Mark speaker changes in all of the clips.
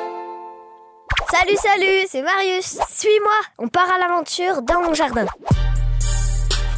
Speaker 1: Philisicast
Speaker 2: Salut, salut, c'est Marius. Suis-moi, on part à l'aventure dans mon jardin.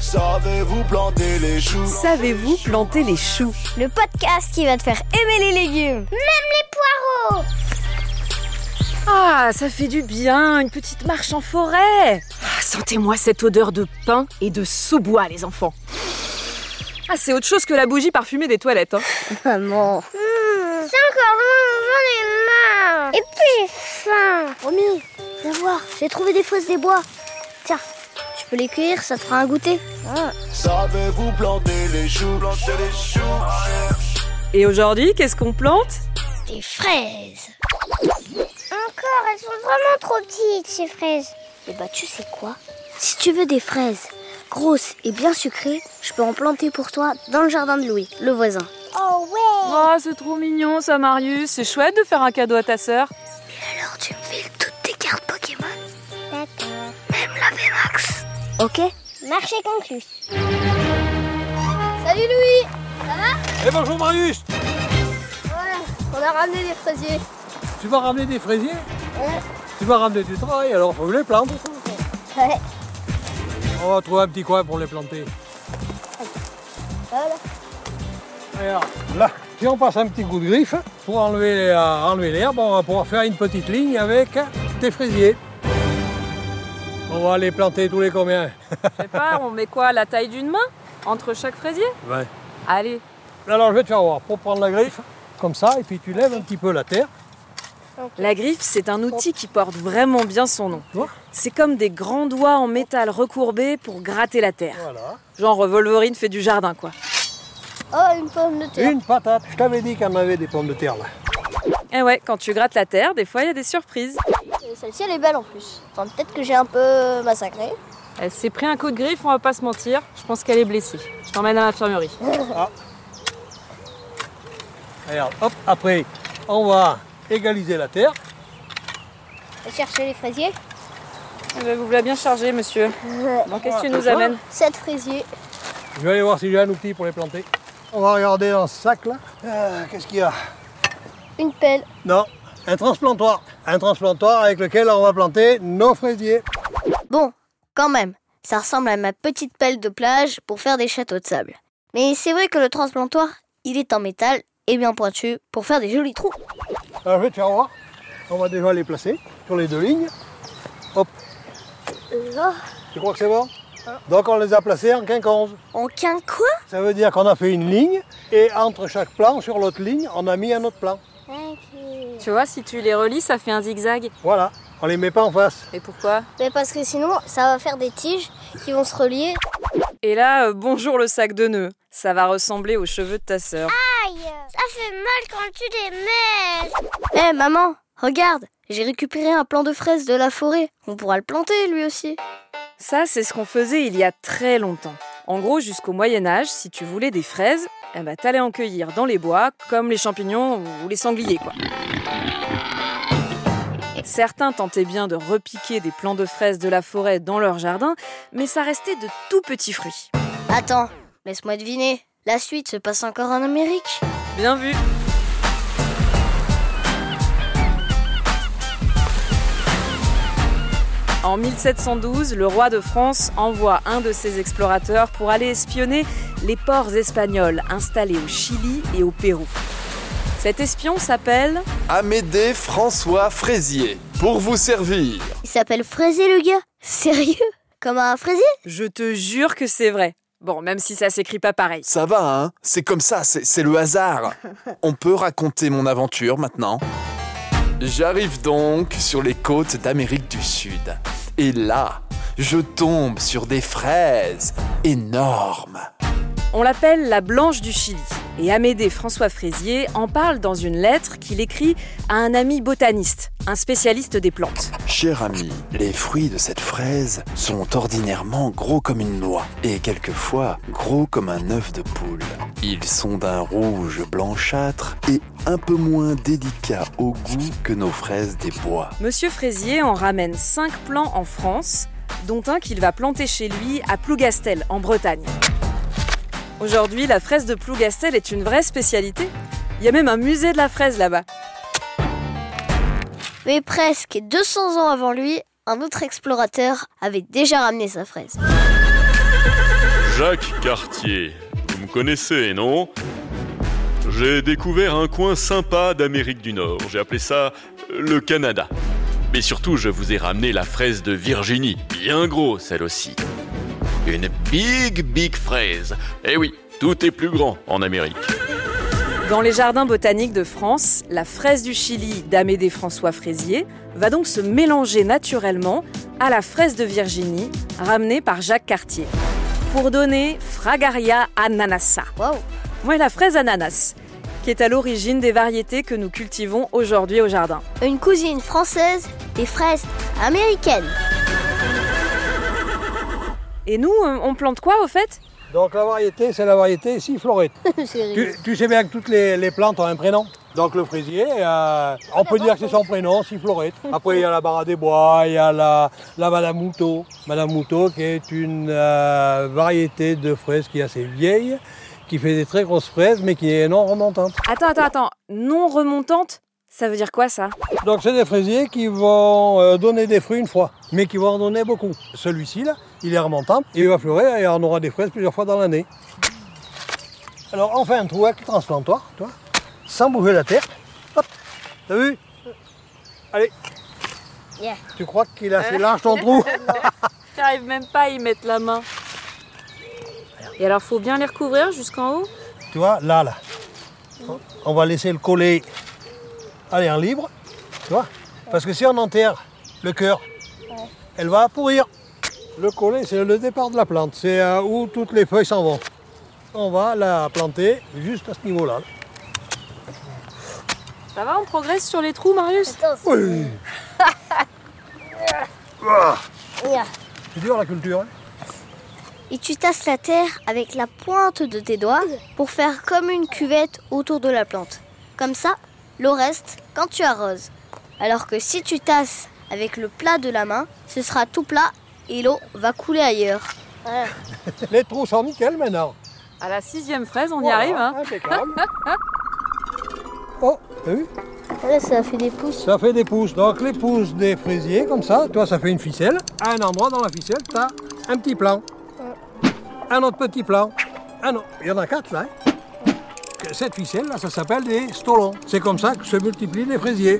Speaker 3: Savez-vous planter les choux
Speaker 4: Savez-vous planter les choux
Speaker 2: Le podcast qui va te faire aimer les légumes. Même
Speaker 1: les poireaux
Speaker 4: Ah, ça fait du bien, une petite marche en forêt. Ah, Sentez-moi cette odeur de pain et de sous-bois, les enfants. Ah, c'est autre chose que la bougie parfumée des toilettes. Hein.
Speaker 2: Maman.
Speaker 1: Mmh,
Speaker 2: Hmm.
Speaker 1: c'est encore loin, j'en ai marre. Et puis faim.
Speaker 2: Romy, viens voir, j'ai trouvé des fosses des bois. Tiens, tu peux les cuire, ça te fera un goûter.
Speaker 3: Ah. Savez-vous planter les choux, planter les choux
Speaker 4: Et aujourd'hui, qu'est-ce qu'on plante
Speaker 2: Des fraises.
Speaker 1: Encore, elles sont vraiment trop petites ces fraises.
Speaker 2: Et bah tu sais quoi Si tu veux des fraises grosses et bien sucrées, je peux en planter pour toi dans le jardin de Louis, le voisin.
Speaker 1: Oh ouais
Speaker 4: Oh, c'est trop mignon ça, Marius. C'est chouette de faire un cadeau à ta sœur.
Speaker 2: Et alors, tu me files toutes tes cartes Pokémon
Speaker 1: D'accord.
Speaker 2: Même la VMAX Ok
Speaker 1: Marché conclu. Salut Louis Ça
Speaker 5: va Eh bonjour Marius
Speaker 1: Voilà, on a ramené les fraisiers.
Speaker 5: Tu vas ramener des fraisiers
Speaker 1: Ouais.
Speaker 5: Tu vas ramener du travail, alors faut les planter.
Speaker 1: Ouais.
Speaker 5: On va trouver un petit coin pour les planter.
Speaker 1: Voilà.
Speaker 5: Alors, là, si on passe un petit coup de griffe, pour enlever l'herbe, enlever on va pouvoir faire une petite ligne avec des fraisiers. On va les planter tous les combien
Speaker 4: Je sais pas, on met quoi La taille d'une main Entre chaque fraisier
Speaker 5: Ouais.
Speaker 4: Allez.
Speaker 5: Alors, je vais te faire voir. Pour prendre la griffe, comme ça, et puis tu lèves un petit peu la terre.
Speaker 4: La griffe, c'est un outil qui porte vraiment bien son nom.
Speaker 5: Tu vois
Speaker 4: C'est comme des grands doigts en métal recourbés pour gratter la terre.
Speaker 5: Voilà.
Speaker 4: Genre Wolverine fait du jardin, quoi.
Speaker 1: Oh, une pomme de terre.
Speaker 5: Une patate. Je t'avais dit qu'on avait des pommes de terre, là.
Speaker 4: Eh ouais, quand tu grattes la terre, des fois, il y a des surprises.
Speaker 1: Et Celle-ci, elle est belle en plus. Enfin, peut-être que j'ai un
Speaker 2: euh,
Speaker 1: peu massacré.
Speaker 4: Elle s'est pris un coup de griffe, on va pas se mentir. Je pense qu'elle est blessée. Je t'emmène à l'infirmerie.
Speaker 5: Regarde, hop, après, on va égaliser la terre.
Speaker 1: On chercher les fraisiers.
Speaker 4: Eh ben, Vous l'a bien chargé, monsieur. Bon, qu'est-ce que tu nous
Speaker 5: bonsoir.
Speaker 4: amènes
Speaker 1: Sept fraisiers.
Speaker 5: Je vais aller voir si j'ai un outil pour les planter. On va regarder dans ce sac là. Euh, Qu'est-ce qu'il y a
Speaker 1: Une pelle.
Speaker 5: Non, un transplantoir. Un transplantoir avec lequel on va planter nos fraisiers.
Speaker 2: Bon, quand même, ça ressemble à ma petite pelle de plage pour faire des châteaux de sable. Mais c'est vrai que le transplantoir, il est en métal et bien pointu pour faire des jolis trous.
Speaker 5: Alors je vais te faire voir. On va déjà les placer sur les deux lignes. Hop,
Speaker 1: Oh,
Speaker 5: tu crois que c'est bon Donc on les a placés en quinconce.
Speaker 2: En qu'un quoi
Speaker 5: Ça veut dire qu'on a fait une ligne et entre chaque plan, sur l'autre ligne, on a mis un autre plan.
Speaker 1: ok.
Speaker 4: Tu vois, si tu les relis, ça fait un zigzag.
Speaker 5: Voilà, on les met pas en face.
Speaker 4: Et pourquoi
Speaker 1: Mais parce que sinon, ça va faire des tiges qui vont se relier.
Speaker 4: Et là, euh, bonjour le sac de nœuds. Ça va ressembler aux cheveux de ta sœur.
Speaker 1: Aïe Ça fait mal quand tu les mets
Speaker 2: Eh maman, regarde, j'ai récupéré un plant de fraises de la forêt. On pourra le planter lui aussi.
Speaker 4: Ça, c'est ce qu'on faisait il y a très longtemps. En gros, jusqu'au Moyen Âge, si tu voulais des fraises, eh ben, t'allais en cueillir dans les bois, comme les champignons ou les sangliers, quoi. Certains tentaient bien de repiquer des plants de fraises de la forêt dans leur jardin, mais ça restait de tout petits fruits.
Speaker 2: Attends, laisse-moi deviner. La suite se passe encore en Amérique.
Speaker 4: Bien vu En 1712, le roi de France envoie un de ses explorateurs pour aller espionner les ports espagnols installés au Chili et au Pérou. Cet espion s'appelle
Speaker 3: Amédée François Fraisier, pour vous servir.
Speaker 2: Il s'appelle Fraisier le gars. Sérieux Comme un fraisier
Speaker 4: Je te jure que c'est vrai. Bon, même si ça s'écrit pas pareil.
Speaker 3: Ça va, hein C'est comme ça, c'est c'est le hasard. On peut raconter mon aventure maintenant. J'arrive donc sur les côtes d'Amérique du Sud. Et là, je tombe sur des fraises énormes.
Speaker 4: On l'appelle la Blanche du Chili. Et Amédée François Fraisier en parle dans une lettre qu'il écrit à un ami botaniste, un spécialiste des plantes.
Speaker 3: Cher ami, les fruits de cette fraise sont ordinairement gros comme une noix et quelquefois gros comme un œuf de poule. Ils sont d'un rouge blanchâtre et un peu moins délicats au goût que nos fraises des bois.
Speaker 4: Monsieur Fraisier en ramène 5 plants en France, dont un qu'il va planter chez lui à Plougastel, en Bretagne. Aujourd'hui, la fraise de Plougastel est une vraie spécialité. Il y a même un musée de la fraise là-bas.
Speaker 2: Mais presque 200 ans avant lui, un autre explorateur avait déjà ramené sa fraise.
Speaker 6: Jacques Cartier, vous me connaissez, non J'ai découvert un coin sympa d'Amérique du Nord. J'ai appelé ça euh, le Canada. Mais surtout, je vous ai ramené la fraise de Virginie, bien grosse elle aussi. Une big, big fraise. Eh oui, tout est plus grand en Amérique.
Speaker 4: Dans les jardins botaniques de France, la fraise du Chili d'Amédée François Fraisier va donc se mélanger naturellement à la fraise de Virginie ramenée par Jacques Cartier pour donner Fragaria ananassa.
Speaker 2: Waouh
Speaker 4: Ouais, la fraise ananas, qui est à l'origine des variétés que nous cultivons aujourd'hui au jardin.
Speaker 2: Une cousine française des fraises américaines.
Speaker 4: Et nous, euh, on plante quoi au fait
Speaker 5: Donc la variété, c'est la variété sifflorette.
Speaker 2: C'est
Speaker 5: Tu, tu sais bien que toutes les, les plantes ont un prénom. Donc le fraisier, euh, on peut dire que c'est son prénom, sifflorette. Après, il y a la barra des bois, il y a la, la Madame Moutot. Madame Moutot qui est une euh, variété de fraises qui est assez vieille, qui fait des très grosses fraises, mais qui est non remontante.
Speaker 4: Attends, attends, attends, non remontante Ça veut dire quoi ça
Speaker 5: Donc c'est des fraisiers qui vont euh, donner des fruits une fois, mais qui vont en donner beaucoup. Celui-ci, là, il est remontant, et il va fleurir et on aura des fraises plusieurs fois dans l'année. Alors on fait un trou avec le transplantoir, tu vois, sans bouger la terre. Hop, t'as vu Allez.
Speaker 2: Yeah.
Speaker 5: Tu crois qu'il a assez large ton trou
Speaker 4: J'arrive même pas à y mettre la main. Et alors, faut bien les recouvrir jusqu'en haut
Speaker 5: Tu vois, là, là. On va laisser le collet aller en libre, tu vois. Parce que si on enterre le cœur, elle va pourrir. Le collet, c'est le départ de la plante. C'est euh, où toutes les feuilles s'en vont. On va la planter juste à ce niveau-là.
Speaker 4: Ça va, on progresse sur les trous, Marius
Speaker 5: Oui Ah.
Speaker 2: Yeah.
Speaker 5: C'est dur la culture. hein.
Speaker 2: Et tu tasses la terre avec la pointe de tes doigts pour faire comme une cuvette autour de la plante. Comme ça, l'eau reste quand tu arroses. Alors que si tu tasses avec le plat de la main, ce sera tout plat et l'eau va couler ailleurs.
Speaker 5: Les trous sont nickel maintenant.
Speaker 4: À la sixième fraise, on y
Speaker 5: Voilà,
Speaker 4: arrive, hein
Speaker 5: Impeccable. oh, t'as vu
Speaker 2: Là, ça fait des pouces.
Speaker 5: Ça fait des pouces. Donc les pouces des fraisiers, comme ça, toi ça fait une ficelle. À un endroit dans la ficelle, tu as un petit plan. Un autre petit plan. Ah non, il y en a quatre là. hein. Que Cette ficelle là, ça s'appelle des stolons. C'est comme ça que se multiplient les fraisiers.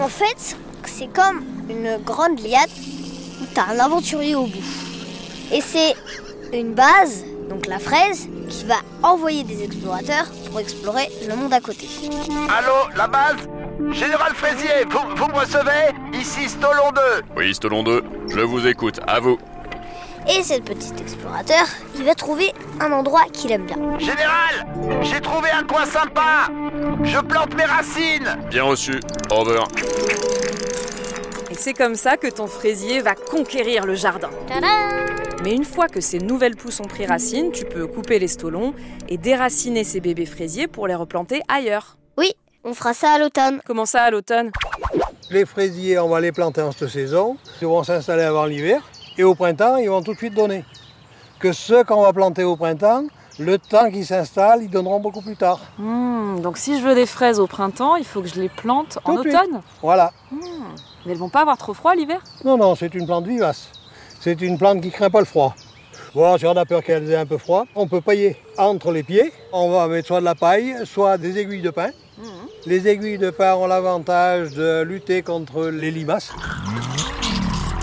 Speaker 2: En fait, c'est comme une grande liane où t'as un aventurier au bout. Et c'est une base, donc la fraise, qui va envoyer des explorateurs pour explorer le monde à côté.
Speaker 7: Allô, la base Général Fraisier, vous, vous me recevez Ici Stolon 2.
Speaker 6: Oui, Stolon 2, je vous écoute, à vous.
Speaker 2: Et ce petit explorateur, il va trouver un endroit qu'il aime bien.
Speaker 7: Général, j'ai trouvé un coin sympa. Je plante mes racines.
Speaker 6: Bien reçu, over.
Speaker 4: Et c'est comme ça que ton fraisier va conquérir le jardin.
Speaker 2: Tadam
Speaker 4: Mais une fois que ces nouvelles pousses ont pris racine, tu peux couper les stolons et déraciner ces bébés fraisiers pour les replanter ailleurs.
Speaker 2: Oui, on fera ça à l'automne.
Speaker 4: Comment ça à l'automne
Speaker 5: Les fraisiers, on va les planter en cette saison. Ils vont s'installer avant l'hiver. Et au printemps, ils vont tout de suite donner. Que ceux qu'on va planter au printemps, le temps qu'ils s'installent, ils donneront beaucoup plus tard.
Speaker 8: Hmm, donc si je veux des fraises au printemps, il faut que je les plante en
Speaker 5: Tout de suite.
Speaker 8: automne.
Speaker 5: Voilà.
Speaker 8: Mais elles vont pas avoir trop froid l'hiver
Speaker 5: Non, non, c'est une plante vivace. C'est une plante qui ne craint pas le froid. Bon, si on a peur qu'elle ait un peu froid, on peut pailler. Entre les pieds, on va mettre soit de la paille, soit des aiguilles de pin.
Speaker 9: Mhm.
Speaker 5: Les aiguilles de pin ont l'avantage de lutter contre les limaces.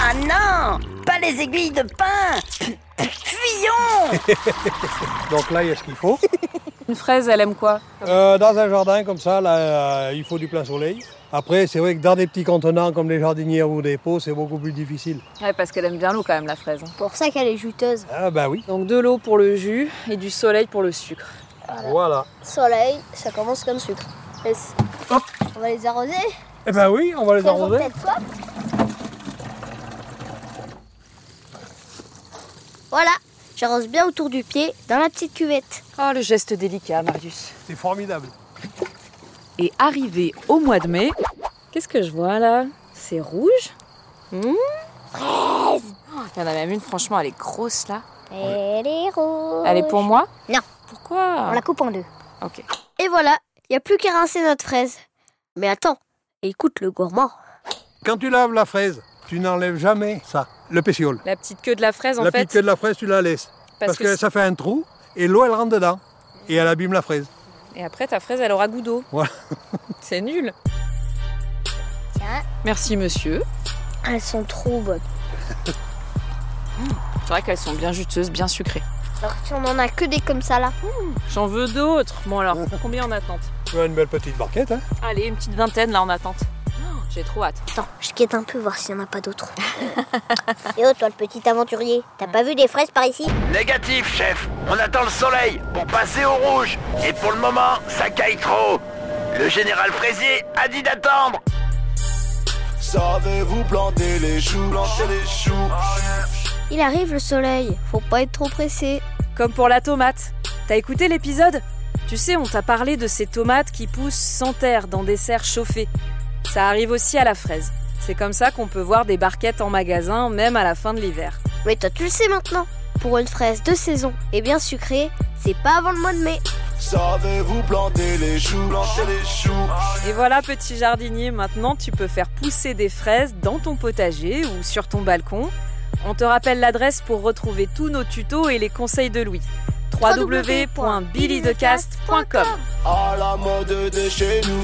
Speaker 9: Ah non Pas les aiguilles de pain Fuyons
Speaker 5: Donc là, il y a ce qu'il faut.
Speaker 8: Une fraise, elle aime quoi
Speaker 5: Euh, dans un jardin comme ça, là, euh, il faut du plein soleil. Après, c'est vrai que dans des petits contenants comme les jardinières ou des pots, c'est beaucoup plus difficile.
Speaker 8: Ouais, parce qu'elle aime bien l'eau quand même, la fraise.
Speaker 4: hein.
Speaker 2: Pour ça qu'elle est juteuse.
Speaker 5: Ah ben oui,
Speaker 4: Donc de l'eau pour le jus et du soleil pour le sucre.
Speaker 5: voilà.
Speaker 2: Soleil, ça commence comme sucre.
Speaker 5: Hop.
Speaker 2: On va les arroser.
Speaker 5: Eh ben oui, on va les arroser.
Speaker 2: Voilà, j'arrose bien autour du pied dans la petite cuvette.
Speaker 4: Oh, le geste délicat, Marius.
Speaker 5: C'est formidable.
Speaker 4: Et arrivé au mois de mai, qu'est-ce que je vois là C'est rouge Hmm? Oh,
Speaker 8: Il y en a même une, franchement, elle est grosse là.
Speaker 2: Elle est rouge.
Speaker 8: Elle est pour moi
Speaker 2: Non.
Speaker 4: Quoi
Speaker 10: On la coupe en deux.
Speaker 4: Ok.
Speaker 2: Et voilà, il n'y a plus qu'à rincer notre fraise. Mais attends, écoute le gourmand.
Speaker 5: Quand tu laves la fraise, tu n'enlèves jamais ça, le pétiole.
Speaker 4: La petite queue de la fraise, en
Speaker 5: La
Speaker 4: fait.
Speaker 5: pique de la fraise, tu la laisses. Parce, que, ça fait un trou et l'eau, elle rentre dedans. Et elle abîme la fraise.
Speaker 4: Et après, ta fraise, elle aura goût d'eau.
Speaker 5: Voilà.
Speaker 4: C'est nul.
Speaker 10: Tiens.
Speaker 4: Merci, monsieur.
Speaker 10: Elles sont trop bonnes.
Speaker 4: C'est vrai qu'elles sont bien juteuses, bien sucrées.
Speaker 2: Alors si on en a que des comme ça là.
Speaker 4: J'en veux d'autres. Bon, alors, combien en attente
Speaker 5: Tu as une belle petite barquette, hein
Speaker 4: Allez, une petite vingtaine, là, en attente. Oh, J'ai trop hâte.
Speaker 10: Attends, je quitte un peu voir s'il n'y en a pas d'autres. Et oh, toi, le petit aventurier, t'as pas vu des fraises par ici
Speaker 3: Négatif, chef. On attend le soleil pour passer au rouge. Et pour le moment, ça caille trop. Le général Fraisier a dit d'attendre.
Speaker 11: Savez-vous planter les choux, planter les choux
Speaker 2: Il arrive le soleil, faut pas être trop pressé.
Speaker 4: Comme pour la tomate. T'as écouté l'épisode Tu sais, on t'a parlé de ces tomates qui poussent sans terre dans des serres chauffées. Ça arrive aussi à la fraise. C'est comme ça qu'on peut voir des barquettes en magasin, même à la fin de l'hiver.
Speaker 2: Mais toi tu le sais maintenant. Pour une fraise de saison et bien sucrée, c'est pas avant le mois de mai.
Speaker 11: Savez-vous planter les choux, planter les choux
Speaker 4: Et voilà, petit jardinier, maintenant tu peux faire pousser des fraises dans ton potager ou sur ton balcon. On te rappelle l'adresse pour retrouver tous nos tutos et les conseils de Louis. www.billydecast.com
Speaker 11: À la mode de chez nous